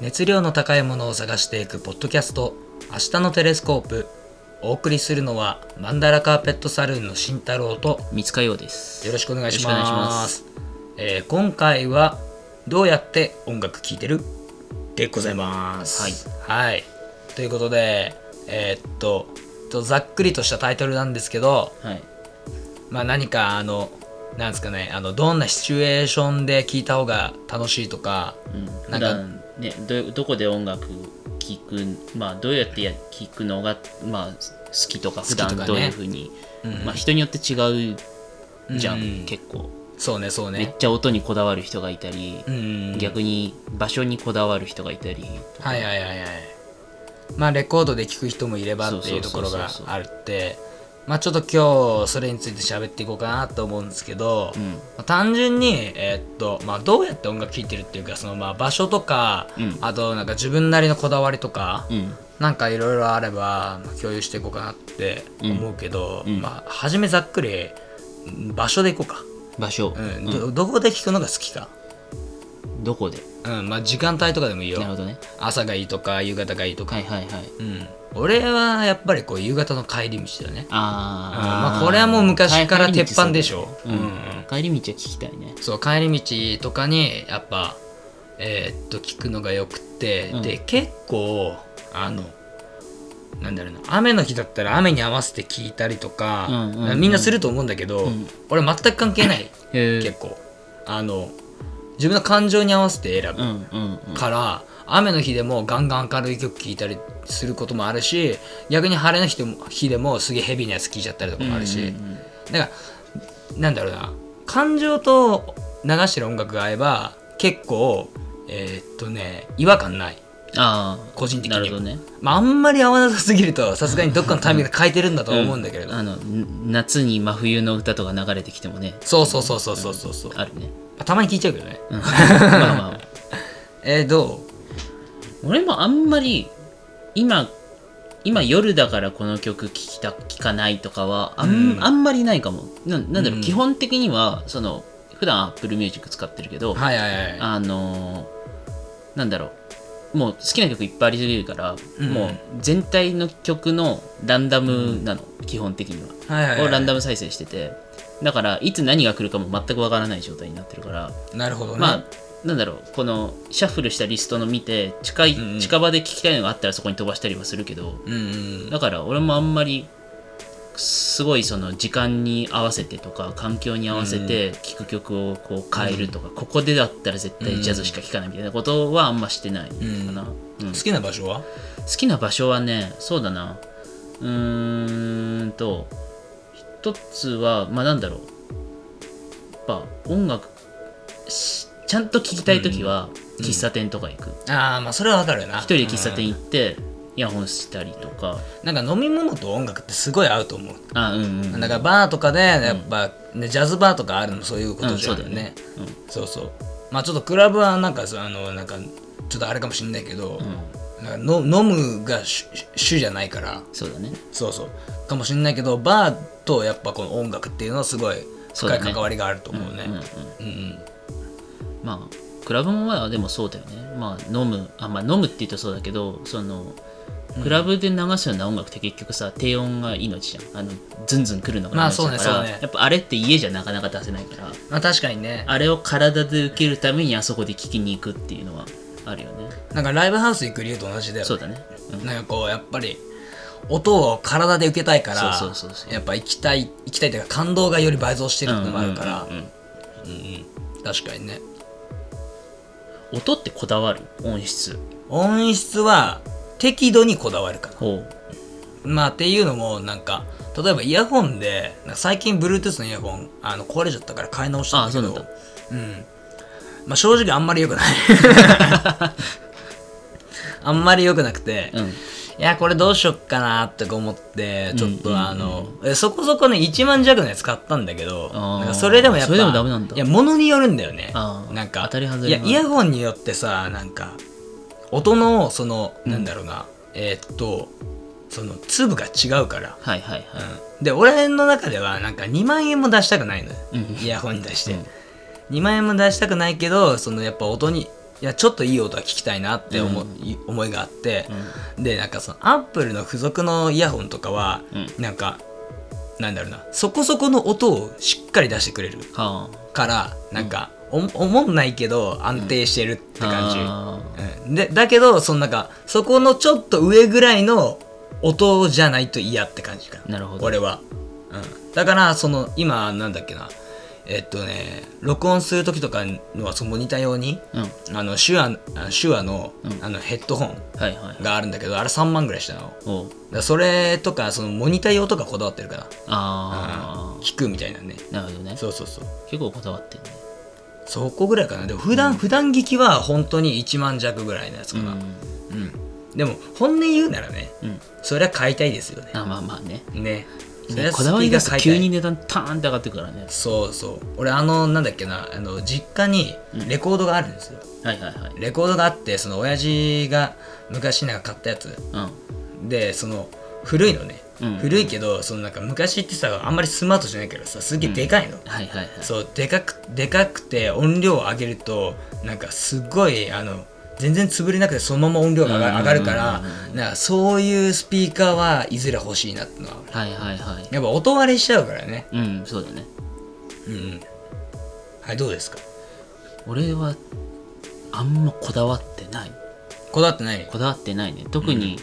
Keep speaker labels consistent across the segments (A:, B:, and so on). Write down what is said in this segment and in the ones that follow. A: 熱量の高いものを探していくポッドキャスト「明日のテレスコープ」お送りするのはマンダラカーペットサルーンの慎太郎と
B: 三塚洋です。
A: よろしくお願いし
B: よろしくお願いし
A: ま。
B: ます
A: えー今回はどうやって音楽聴いてるでございます。はい。ということで、えーっと、とざっくりとしたタイトルなんですけど、
B: はい。
A: まあ何かあの、なんですかね、あのどんなシチュエーションで聴いた方が楽しいとか、
B: うん、
A: なんか
B: 普段ねど、どこで音楽聴く、まあ、どうやってや聴くのが、まあ、好きとか、
A: 好き
B: 普
A: とかね
B: 段どういうふうに、
A: うん
B: まあ、人によって違うじゃん、
A: うん
B: 結構。
A: そうね、そう
B: めっ
A: ね。
B: ちゃ音にこだわる人がいたり、
A: うん。
B: 逆に場所にこだわる人がいたりとか、
A: はいはいはいはいまあレコードで聴く人もいればっていうところが
B: そうそうそうそう
A: あるってまあちょっと今日それについて喋っていこうかなと思うんですけど、
B: うん
A: まあ単純に、えーっとまあ、どうやって音楽聴いてるっていうかそのまあ場所とか、
B: うん
A: あとなんか自分なりのこだわりとか、
B: うん
A: なんかいろいろあればまあ共有していこうかなって思うけど、
B: うんうん
A: まあ初めざっくりうん場所でいこうか、
B: 場所、
A: うん
B: うん
A: どどこで聴くのが好きか、
B: どこで
A: うんまあ、時間帯とかでもいいよ
B: なるほどね
A: 朝がいいとか夕方がいいとか
B: はいはいはい
A: うん、俺はやっぱりこう夕方の帰り道だね、うんま
B: あー、
A: あ、これはもう昔から
B: 帰り道
A: 鉄板でしょ
B: そうだねうん帰り道は聞きたいね
A: そう帰り道とかにやっぱえーっと聞くのがよくて、
B: うん
A: で結構あのなんだろうな雨の日だったら雨に合わせて聞いたりとか、
B: うんうんうん
A: みんなすると思うんだけど、
B: うん
A: 俺全く関係ない
B: へ
A: 結構あの自分の感情に合わせて選ぶ
B: うんうんうん
A: から雨の日でもガンガン明るい曲聴いたりすることもあるし逆に晴れの日でも日でもすげえヘビーなやつ聴いちゃったりとかもあるし、
B: うんうんうん
A: だからなんだろうな感情と流してる音楽が合えば結構えーっとね違和感ない
B: ああ
A: 個人的に
B: な
A: は
B: るほどね
A: まああんまり合わなさすぎるとさすがにどっかのタイミングで変えてるんだとは思うんだけれど、
B: あのん夏に真冬の歌とか流れてきてもね
A: そうそうそうそうそうそうそう
B: あるね、
A: たまに聴いちゃうけどね
B: うんまあまあ
A: えー、ど
B: 俺もあんまり今今夜だからこの曲聴きた聴かないとかはあん,、
A: うん
B: あんまりないかもななんだろう、
A: うん
B: 基本的にはその普段 Apple Music 使ってるけど、
A: うはいはいはい
B: あのーなんだろうもう好きな曲いっぱいありすぎるから、
A: うん
B: もう全体の曲のランダムなの、基本的には、
A: はいはい
B: をランダ
A: ム
B: ム再生しててだからいつ何が来るかも全くわからない状態になってるから、
A: なるほどね、
B: まあなんだろうこのシャッフルしたリストの見て近い、
A: うんうん
B: 近場で聞きたいのがあったらそこに飛ばしたりはするけど
A: うんうん
B: だから俺もあんまりすごいその時間に合わせてとか環境に合わせて聴く曲をこう変えるとか、ここでだったら絶対ジャズしか聴かないみたいなことはあんましてないかな、う
A: 好
B: ん
A: きな場所は
B: 好きな場所はねそうだなうーんと一つはまあなんだろうやっぱ音楽しちゃんと聴きたい時は
A: うん
B: 喫茶店とか行く、
A: ああまあそれはわかるよな
B: 一人で喫茶店行ってイヤホンしたりとか
A: なんか飲み物と音楽ってすごい合うと思う。
B: あうんうん
A: なんかバーとかでやっぱ、ねジャズバーとかあるのそういうこ
B: う
A: と
B: ん
A: じ
B: そ
A: ゃ
B: うんだ
A: ね,、
B: よね、うん
A: そうそう。まあちょっとクラブはなんかさあのなんかちょっとあれかもしれないけど、なんかの飲むが主主じゃないから
B: そうだね
A: そうそうかもしれないけどバーとやっぱこの音楽っていうのはすごい
B: そ
A: 深
B: うだ
A: い
B: ね
A: 関わりがあると思うね。
B: うんうん
A: うんうん
B: まあクラブもまあでもそうだよねまあ飲むあまあ飲むって言うとそうだけどそのクラブで流すような音楽って結局さ低音が命じゃんあのズンズン来るのが
A: まあ
B: 命だから、
A: そうねそうね
B: やっぱあれって家じゃなかなか出せないから
A: まあ確かにね
B: あれを体で受けるためにあそこで聴きに行くっていうのはあるよね
A: なんかライブハウス行く理由と同じだよね
B: そうだね、うん
A: なんかこうやっぱり音を体で受けたいから
B: そうそうそうそう
A: やっぱ行きたい行きたいというか感動がより倍増してるっていうのもあるから
B: うんうんうん
A: うん確かにね
B: うん音ってこだわる音質
A: 音質は適度にこだわるかな
B: ほう
A: まあっていうのもなんか例えばイヤホンでなんか最近 Bluetooth のイヤホンあの壊れちゃったから買い直したんだけど
B: あそうなんだ
A: うんまあ正直あんまり良く ないあんまり良くなくて、
B: うん
A: いや、これどうしよっかなって思って、ちょっ
B: うん
A: と
B: うんうん
A: あの、えそこそこね、1万弱のやつ買ったんだけど、
B: あー
A: なんかそれでもやっぱ、
B: それでもダメなんだ
A: いや、物によるんだよね
B: あ。ー
A: なんか、
B: 当たり外れ
A: いや、
B: が
A: イヤホンによってさ、なんか、音の、その、なんだろうな、えーっと、その、粒が違うから。
B: はいはいはい、
A: うんで、俺の中では、なんか2万円も出したくないのよ。
B: うん
A: イヤホンに対して。
B: うん
A: 2万円も出したくないけど、その、やっぱ音に、いやちょっといい音は聞きたいなって思,、う思いがあって、でなんかそのアップルの付属のイヤホンとかは、
B: うん
A: なんかなんだろうなそこそこの音をしっかり出してくれる
B: は
A: からなんか、おおもんないけど安定してるって
B: あ
A: 感じ、
B: あ
A: うん、でだけどそのなんかそこのちょっと上ぐらいの音じゃないと嫌って感じか
B: なるほど
A: 俺は、うん、だからその今なんだっけなえっとね録音する時とかのはそのモニター用に
B: ーうん
A: あの手話あ手話の,、
B: うん
A: あのヘッドホン
B: はいはい
A: があるんだけどあれ3万ぐらいしたのだか
B: おう
A: らそれとかそのモニター用とかこだわってるから
B: あ
A: 聞くみたいなね
B: あなるほどね
A: そうそうそう
B: 結構こだわってるね
A: そこぐらいかなでも普段、普段聞きは本当に1万弱ぐらいのやつか
B: うん
A: な、うん、でも本音言うならね
B: うん
A: そりゃ買いたいですよね
B: あまあまあね
A: ねそり
B: ね
A: ゃ
B: こだわり出す
A: スピーカー買いた
B: と
A: い
B: 急に値段ターンって上がってくからね
A: そうそう俺あのなんだっけなあの実家にレコードがあるんですよ、
B: はいはいはい
A: レコードがあってその親父が昔なんか買ったやつ
B: う
A: でその古いのね、
B: うん
A: 古いけどそのなんか昔ってさあんまりスマートじゃないからさすげえでかいの、
B: んはいはいはい
A: そうでかくでかくて音量を上げるとなんかすごいあの全然潰れなくてそのまま音量が上が上がるから
B: うんうん
A: なんかそういうスピーカーはいずれ欲しいなってのは
B: はいはいはい
A: やっぱ音割れしちゃうからね
B: うんそうだね
A: うんうんはいどうですか
B: 俺はあんまこだわってない
A: こだわってない
B: こだわってないね特に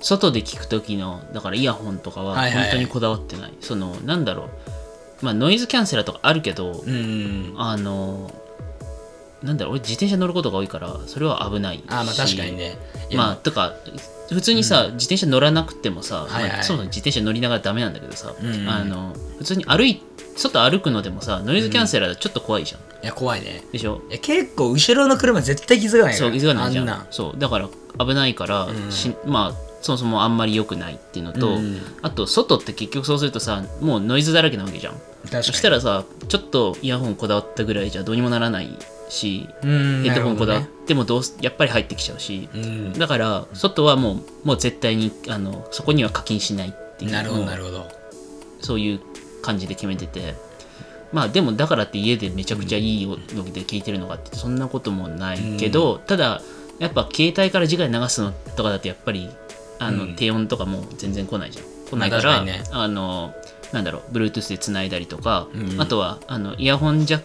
B: 外で聞く時のだからイヤホンとかは
A: はいはいはい
B: 本当にこだわってない、そのなんだろうまあノイズキャンセラーとかあるけど、
A: うんうん
B: あのなんだろう俺自転車乗ることが多いからそれは危ないし
A: あーまあ確かにねいや
B: まあとか普通にさ、自転車乗らなくてもさ、
A: はいはい
B: まあ、そもそも自転車乗りながらダメなんだけどさ、
A: うんうん
B: あの普通に歩い外歩くのでもさノイズキャンセラーだとちょっと怖いじゃん、
A: いや怖いね
B: でしょ
A: いや結構後ろの車絶対気づかないから
B: そう気づかないじゃ
A: あ
B: ん
A: んな
B: そうだから危ないから、
A: うん
B: しまあそもそもあんまり良くないっていうのと、
A: うん
B: あと外って結局そうするとさもうノイズだらけなわけじゃん
A: 確かに
B: そしたらさちょっとイヤホンこだわったぐらいじゃどうにもならないし
A: うん
B: ヘッドホンこだわ
A: な
B: っ
A: るほ
B: てもどうすやっぱり入ってきちゃうし、
A: どね
B: だから外はもうもう絶対にあのそこには課金しないっ
A: う
B: てい
A: ん
B: う
A: なるほ
B: も
A: ど
B: う
A: なるほど
B: そういう感じで決めててまあでもだからって家でめちゃくちゃいいので聞いてるのかってそんなこともないけど、ただやっぱ携帯から直に流すのとかだとやっぱりあの、
A: うん
B: 低音とかもう全然来ないじゃん来ないか
A: まあ
B: ら、
A: 確かにね
B: あのなんだろう Bluetooth でつないだりとか、
A: うん
B: あとはあのイヤホンジャッ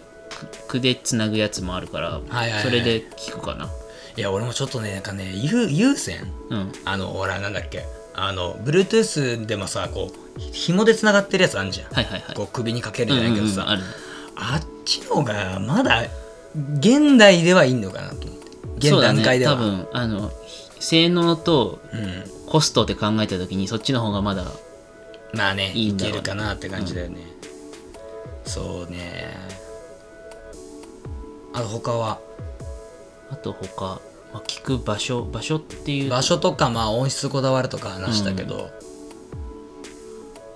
B: クでつなぐやつもあるから、
A: はいはい
B: それで聞くかない
A: や俺もちょっとねなんかね有有線
B: うん
A: あのほらなんだっけあの Bluetooth でもさこうひ紐でつながってるやつあんじゃん、
B: はいはいはい
A: こう首にかけるじゃないけどさ、
B: うんうんうんあるね
A: あっちのがまだ現代ではいいのかなと思って現段階では
B: そうだね、多分あの性能と
A: うん、
B: コストで考えた時にそっちの方がまだ
A: まあね
B: いい
A: い
B: んだろ
A: け
B: うね
A: るかなって感じだよね、そうねあと他は
B: あと他、まあ、聞く場所場所っていう
A: 場所とかまあ音質こだわるとか話したけど、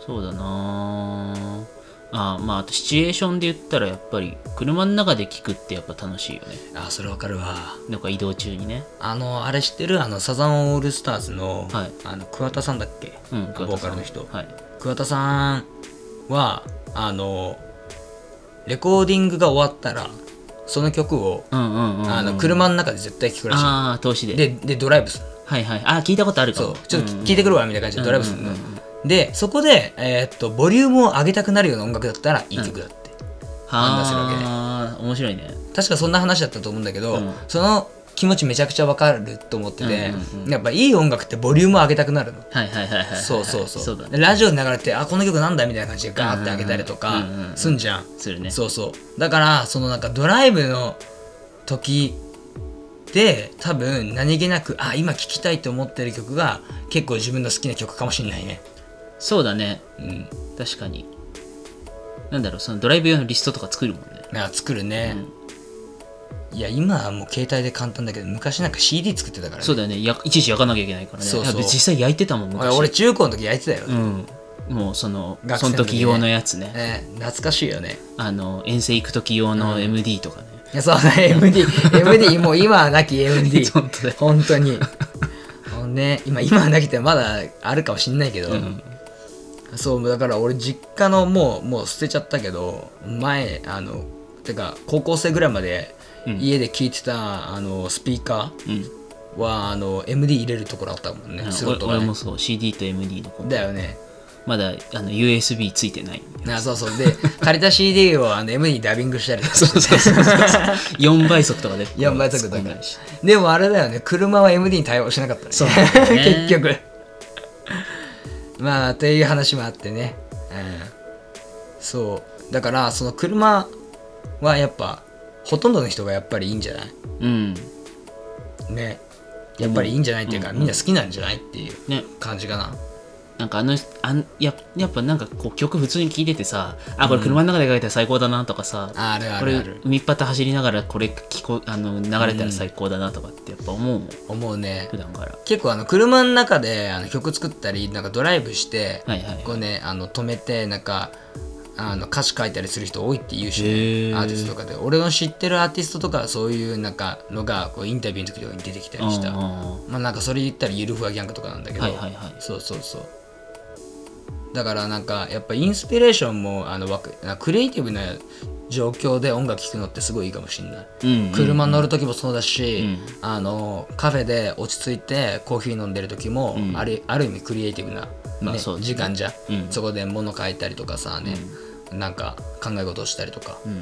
B: そうだなああまああとシチュエーションで言ったらやっぱり車の中で聞くってやっぱ楽しいよね
A: あそれわかるわ
B: なんか移動中にね
A: あのあれ知ってるあのサザンオールスターズの,、
B: はい
A: あの桑田さんだっけ、
B: うん桑
A: ボ
B: 田
A: ー
B: さ
A: カル
B: ん
A: の人、
B: はい
A: 桑田さんはあのレコーディングが終わったらその曲を、
B: うんうんうんうん
A: あの車の中で絶対聴くらしい
B: ああ投資で
A: ででドライブする
B: はいはいああ聞いたことあるか
A: そ
B: も
A: うちょっと聞いてくるわみたいな感じでドライブするの、でそこで、えーっとボリュームを上げたくなるような音楽だったらいい曲だって、判断するわけね
B: ああ面白いね
A: 確かそんな話だったと思うんだけど、
B: うん
A: その気持ちめちゃくちゃわかると思ってて、
B: うんうんうん
A: やっぱいい音楽ってボリュームを上げたくなるの、
B: はいはいはいはいはい
A: そうそうそう
B: そうだ
A: で
B: ね
A: ラジオで流れてあこの曲なんだみたいな感じでガーって上げたりとか
B: うんうんうん
A: すんじゃん、
B: するね
A: そうそうだからそのなんかドライブの時で多分何気なくあ今聴きたいと思ってる曲が結構自分の好きな曲かもしれないね
B: そうだね
A: うん
B: 確かになんだろうそのドライブ用のリストとか作るもんね
A: なんか作るね、いや今はもう携帯で簡単だけど昔なんか CD 作ってたから、ね、
B: そうだよねやいちいち焼かなきゃいけないからね
A: そうそう
B: いや実際焼いてたもん
A: 俺
B: 昔
A: 俺中高の時焼いてたよ、
B: うんもうその
A: 学生
B: そ
A: の時ね
B: の時用のやつね
A: ね懐かしいよね
B: あの遠征行く時用の MD とかね、
A: いやそうね MD MD もう今はなき MD
B: 本当だよ
A: 本当にもうね今今はなきてまだあるかもしんないけど、
B: うん
A: そうだから俺実家のもうもう捨てちゃったけど前あのてか高校生ぐらいまで
B: うん
A: 家で聞いてたあのスピーカ
B: うん
A: ーはあの MD 入れるところあったもんねスロット
B: 俺
A: が
B: 俺
A: ね
B: もそう CD と MD のこ
A: だよね
B: まだあの USB ついてない
A: なそうそうで借りた CD をあの MD にダビングしたりとかして
B: 4倍速とかで
A: 4倍速とか
B: こう突っ込んだりして
A: でもあれだよね車は MD に対応しなかったね
B: そうなんだよ ね
A: 結局 まあっていう話もあってね、うん、そうだからその車はやっぱほとんどの人がやっぱりいいんじゃない
B: うん
A: ねやっぱりいいんじゃないっていうか、みんな好きなんじゃないっていう
B: ね
A: 感じかな、
B: なんかあのあんややっぱなんかこう曲普通に聴いててさあこれ車の中でかけたら最高だなとかさ、
A: あるあ
B: こ
A: る
B: れ
A: ある
B: 海っ端走りながらこれ聞こあの流れたら最高だなとかってやっぱ思うもん、
A: 思うね
B: 普段から
A: 結構あの車の中であの曲作ったりなんかドライブして、
B: はいはい
A: こうねあの止めてなんかあの歌詞書いたりする人多いって言うしね、
B: へー
A: アーティストとかで俺の知ってるアーティストとかはそういうなんかのがこうインタビューの時とかに出てきたりした、
B: うんうんうん
A: まあなんかそれ言ったらゆるふわギャングとかなんだけど、
B: はいはいはい
A: そうそうそうだからなんかやっぱインスピレーションもあのわくなんかクリエイティブな状況で音楽聴くのってすごいいいかもしれない、
B: うんうん
A: 車乗る時もそうだし、
B: うん
A: あのカフェで落ち着いてコーヒー飲んでる時も、
B: うん
A: あるある意味クリエイティブな、ね
B: まあそうですね
A: 時間じゃん、
B: うん
A: そこで物書いたりとかさね、なんか考え事をしたりとか、
B: うん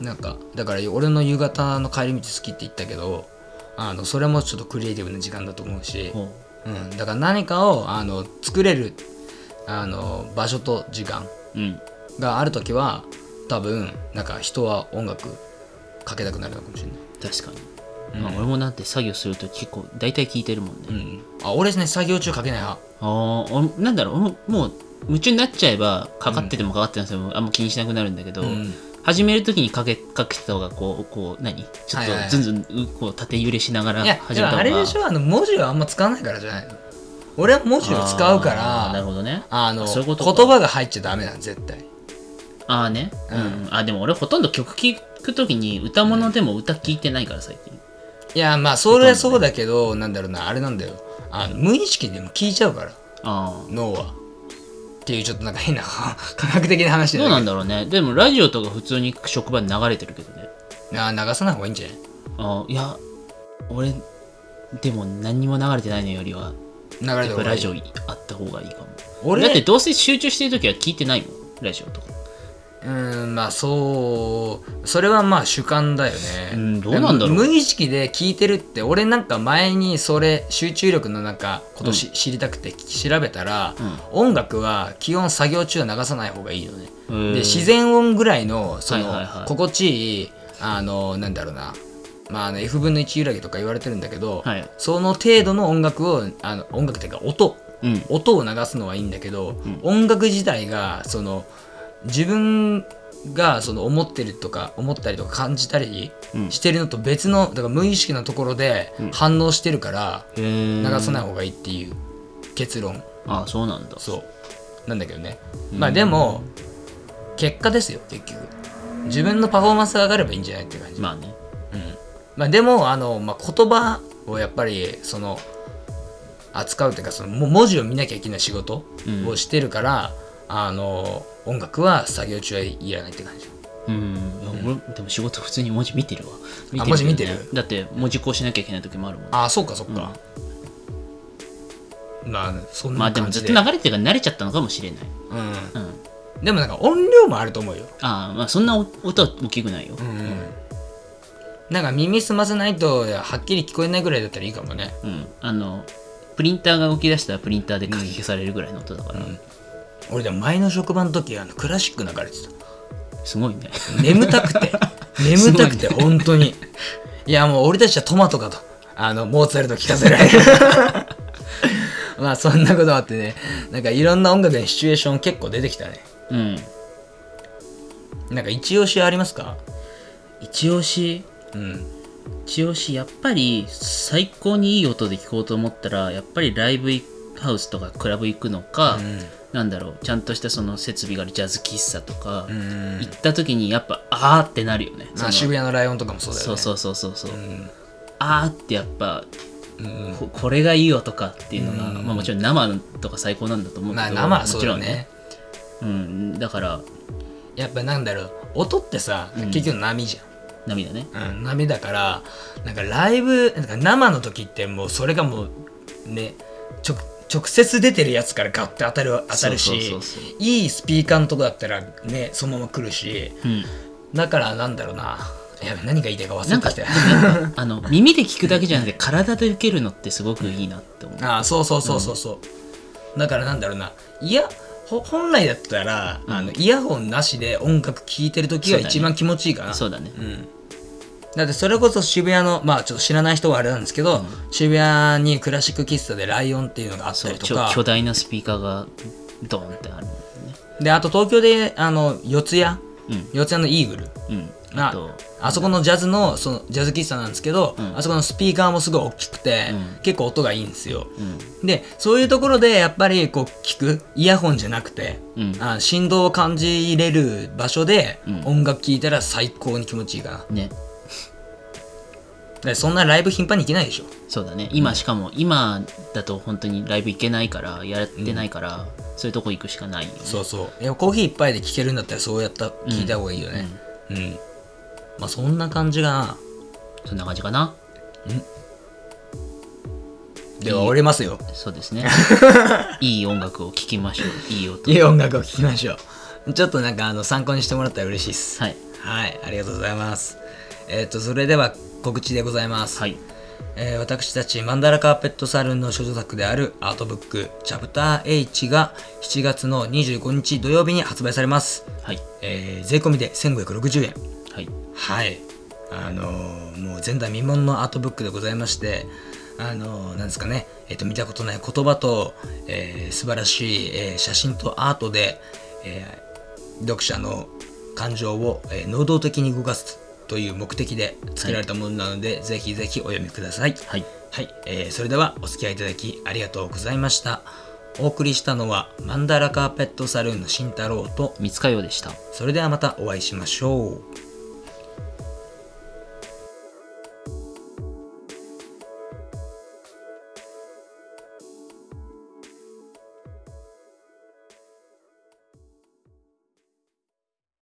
A: うん、なんかだから俺の夕方の帰り道好きって言ったけどあのそれもちょっとクリエイティブな時間だと思うし、
B: ほ
A: うん、だから何かをあの作れるあの場所と時間
B: ううん
A: がある時は多分なんか人は音楽かけたくなるのかもしれない。
B: 確かに、まあ、俺もなんて作業すると結構大体聞いてるもんね、
A: うん、あ俺ですね作業中かけない派
B: ああなんだろうもうもう夢中になっちゃえばかかっててもかかってなくてもあんま気にしなくなるんだけど、
A: ん
B: 始めるときにかけかけてた方がこうこう何ちょっ
A: はいはいはい
B: とずんずんうこう縦揺れしながら
A: いや
B: 始
A: で
B: め
A: も
B: た方
A: あ
B: が
A: れでしょあの文字をあんま使わないからじゃないの俺は文字を使うか
B: あーなる
A: ら
B: ほどね
A: あの
B: そういう
A: 言
B: ことか
A: 葉が入っちゃダメなの絶対
B: ああね、
A: う
B: うんんあでも俺ほとんど曲聴くときに歌物でも歌聴いてないから最近、
A: いやまあそれはそうだけどなんだろうなあれなんだよあの無意識でも聞いちゃうから
B: ああ
A: 脳はっていうちょっとなんか変な科学的な話
B: どうなん
A: だ
B: だろうねでもラジオとか普通に職場に流れてるけどね
A: けどあー流さない方がいいんじゃない
B: あーいや俺でも何にも流れてないのよりは
A: 流れた
B: やっ
A: 方
B: ぱ
A: が
B: ラ
A: いい
B: ジオあった方がいいかも
A: 俺
B: だってどうせ集中してるときは聞いてないもんラジオとか
A: うーんまあそうそれはまあ主観だよね、
B: うんどうなんだろう
A: 無意識で聞いてるって俺なんか前にそれ集中力のなんかことし、知りたくて調べたら、音楽は基本作業中は流さない方がいいのね、
B: うん
A: で自然音ぐらいのその、
B: はいはいはい
A: 心地いいあのなんだろうなまあ、あの F 分の1揺らぎとか言われてるんだけど、
B: はい
A: その程度の音楽をあの音楽っていうか音
B: うん
A: 音を流すのはいいんだけど、音楽自体がその自分がその思ってるとか思ったりとか感じたり
B: うん
A: してるのと別のだから無意識なところで反応してるから
B: へ
A: 流
B: ー
A: さない方がいいっていう結論
B: ああそうなんだ
A: そうなんだけどねまあでも結果ですよ結局自分のパフォーマンスが上がればいいんじゃないって感じ
B: まあね
A: まあ、でもあの、まあ、言葉をやっぱりその扱うというかそのも文字を見なきゃいけない仕事をしてるから、あの音楽は作業中はいらないって感じ
B: うんいや俺でも仕事普通に文字見てるわ
A: あ
B: けどね
A: 文字見てる
B: だって文字こうしなきゃいけない時もあるもん
A: ああそうかそうか、まあそん
B: まあ
A: な
B: でも
A: 感
B: ず
A: じで
B: っと流れてるから慣れちゃったのかもしれない
A: うん
B: うん
A: でもなんか音量もあると思うよ、
B: ああまあそんな音は大きくないよ
A: うんなんか耳澄ませないとはっきり聞こえないぐらいだったらいいかもね
B: うんあのプリンターが動き出したらプリンターで書き消されるぐらいの音だから
A: 俺でも前の職場の時あのクラシック流れてた
B: すごいね
A: 眠たくて 眠たくて本当にいやもう俺たちはトマトかとあのモーツァルト聞かせられる まあそんなことあってねなんかいろんな音楽のシチュエーション結構出てきたね
B: うん
A: なんか一押しありますか
B: 一押し
A: うん
B: 一押しやっぱり最高にいい音で聞こうと思ったらやっぱりライブハウスとかクラブ行くのか、なんだろうちゃんとしたその設備があるジャズ喫茶とか、
A: うん
B: 行った時にやっぱあーってなるよね。そ
A: ま
B: の
A: あ渋谷のライオンとかもそうだよ
B: そう
A: ね
B: そうそうそうそう、
A: ん
B: あーってやっぱ、
A: ん
B: ここれがいい音かっていうのが、まあ、もちろん生とか最高なんだと思うけど、
A: まあ生は
B: も
A: そう
B: ち
A: だ
B: ろ
A: よ
B: ん
A: ね
B: うんだから
A: やっぱなんだろう音ってさ結局波じゃん、
B: 涙ね
A: うん、涙からなんかライブなんか生の時ってもうそれがもうねちょ直接出てるやつからガッて当たる当たるし
B: そうそうそうそ
A: いいスピーカーのとこだったらねそのまま来るし
B: うん
A: だからなんだろうなやべ何が言いたいか忘
B: な
A: れ
B: ん
A: て
B: か
A: きた
B: あの耳で聞くだけじゃなくて体で受けるのってすごくいいなって思う
A: ああそうそうそうそうそう、だからなんだろうないやほ本来だったら、あのイヤホンなしで音楽聴いてる時が
B: そうだね
A: 一番気持ちいいかな
B: そうだね
A: うん、だってそれこそ渋谷のまあちょっと知らない人はあれなんですけど、渋谷にクラシック喫茶でライオンっていうのがあった
B: そう
A: りと
B: ちょ
A: か
B: 巨大なスピーカーがドーンってあるね
A: であと東京であの四谷、
B: うん
A: 四谷のイーグル
B: うん
A: あ
B: あと
A: あそこのジャズのそのジャズ喫茶なんですけど、
B: ん
A: あそこのスピーカーもすごい大きくて、
B: う
A: 結構音がいいんですよ、
B: うん
A: でそういうところでやっぱりこう聞くイヤホンじゃなくて、
B: うん
A: あ振動を感じれる場所で
B: うん
A: 音楽聴いたら最高に気持ちいいかな、
B: ね
A: でそんなライブ頻繁に行けないでしょ
B: そうだね今しかも今だと本当にライブ行けないからやってないから、そういうとこ行くしかないよね
A: そうそういやコーヒー一杯で聴けるんだったらそうやった聞いた方がいいよねうん、まあそんな感じがな
B: そんな感じかな
A: では終わりますよ
B: そうで すねいい音楽を聴きましょういい音
A: いい音楽を聴きましょうちょっとなんかあの参考にしてもらったら嬉しいです
B: はい
A: はいありがとうございますえっ、とそれでは告知でございます、
B: はい
A: えー私たちマンダラカーペットサルンの所蔵作であるアートブックチャプター H が7月の25日土曜日に発売されます、
B: はい
A: えー税込みで1560円
B: はい
A: はいあのーもう前代未聞のアートブックでございましてあのーなんですかね、えっと見たことない言葉と、えー素晴らしい、えー写真とアートで、えー読者の感情を、えー能動的に動かすという目的で作られたものなので、ぜひぜひお読みください
B: はい
A: はい、えーそれではお付き合いいただきありがとうございましたお送りしたのはマンダラカーペットサルーンの慎太郎と
B: 三塚洋でした
A: それではまたお会いしましょう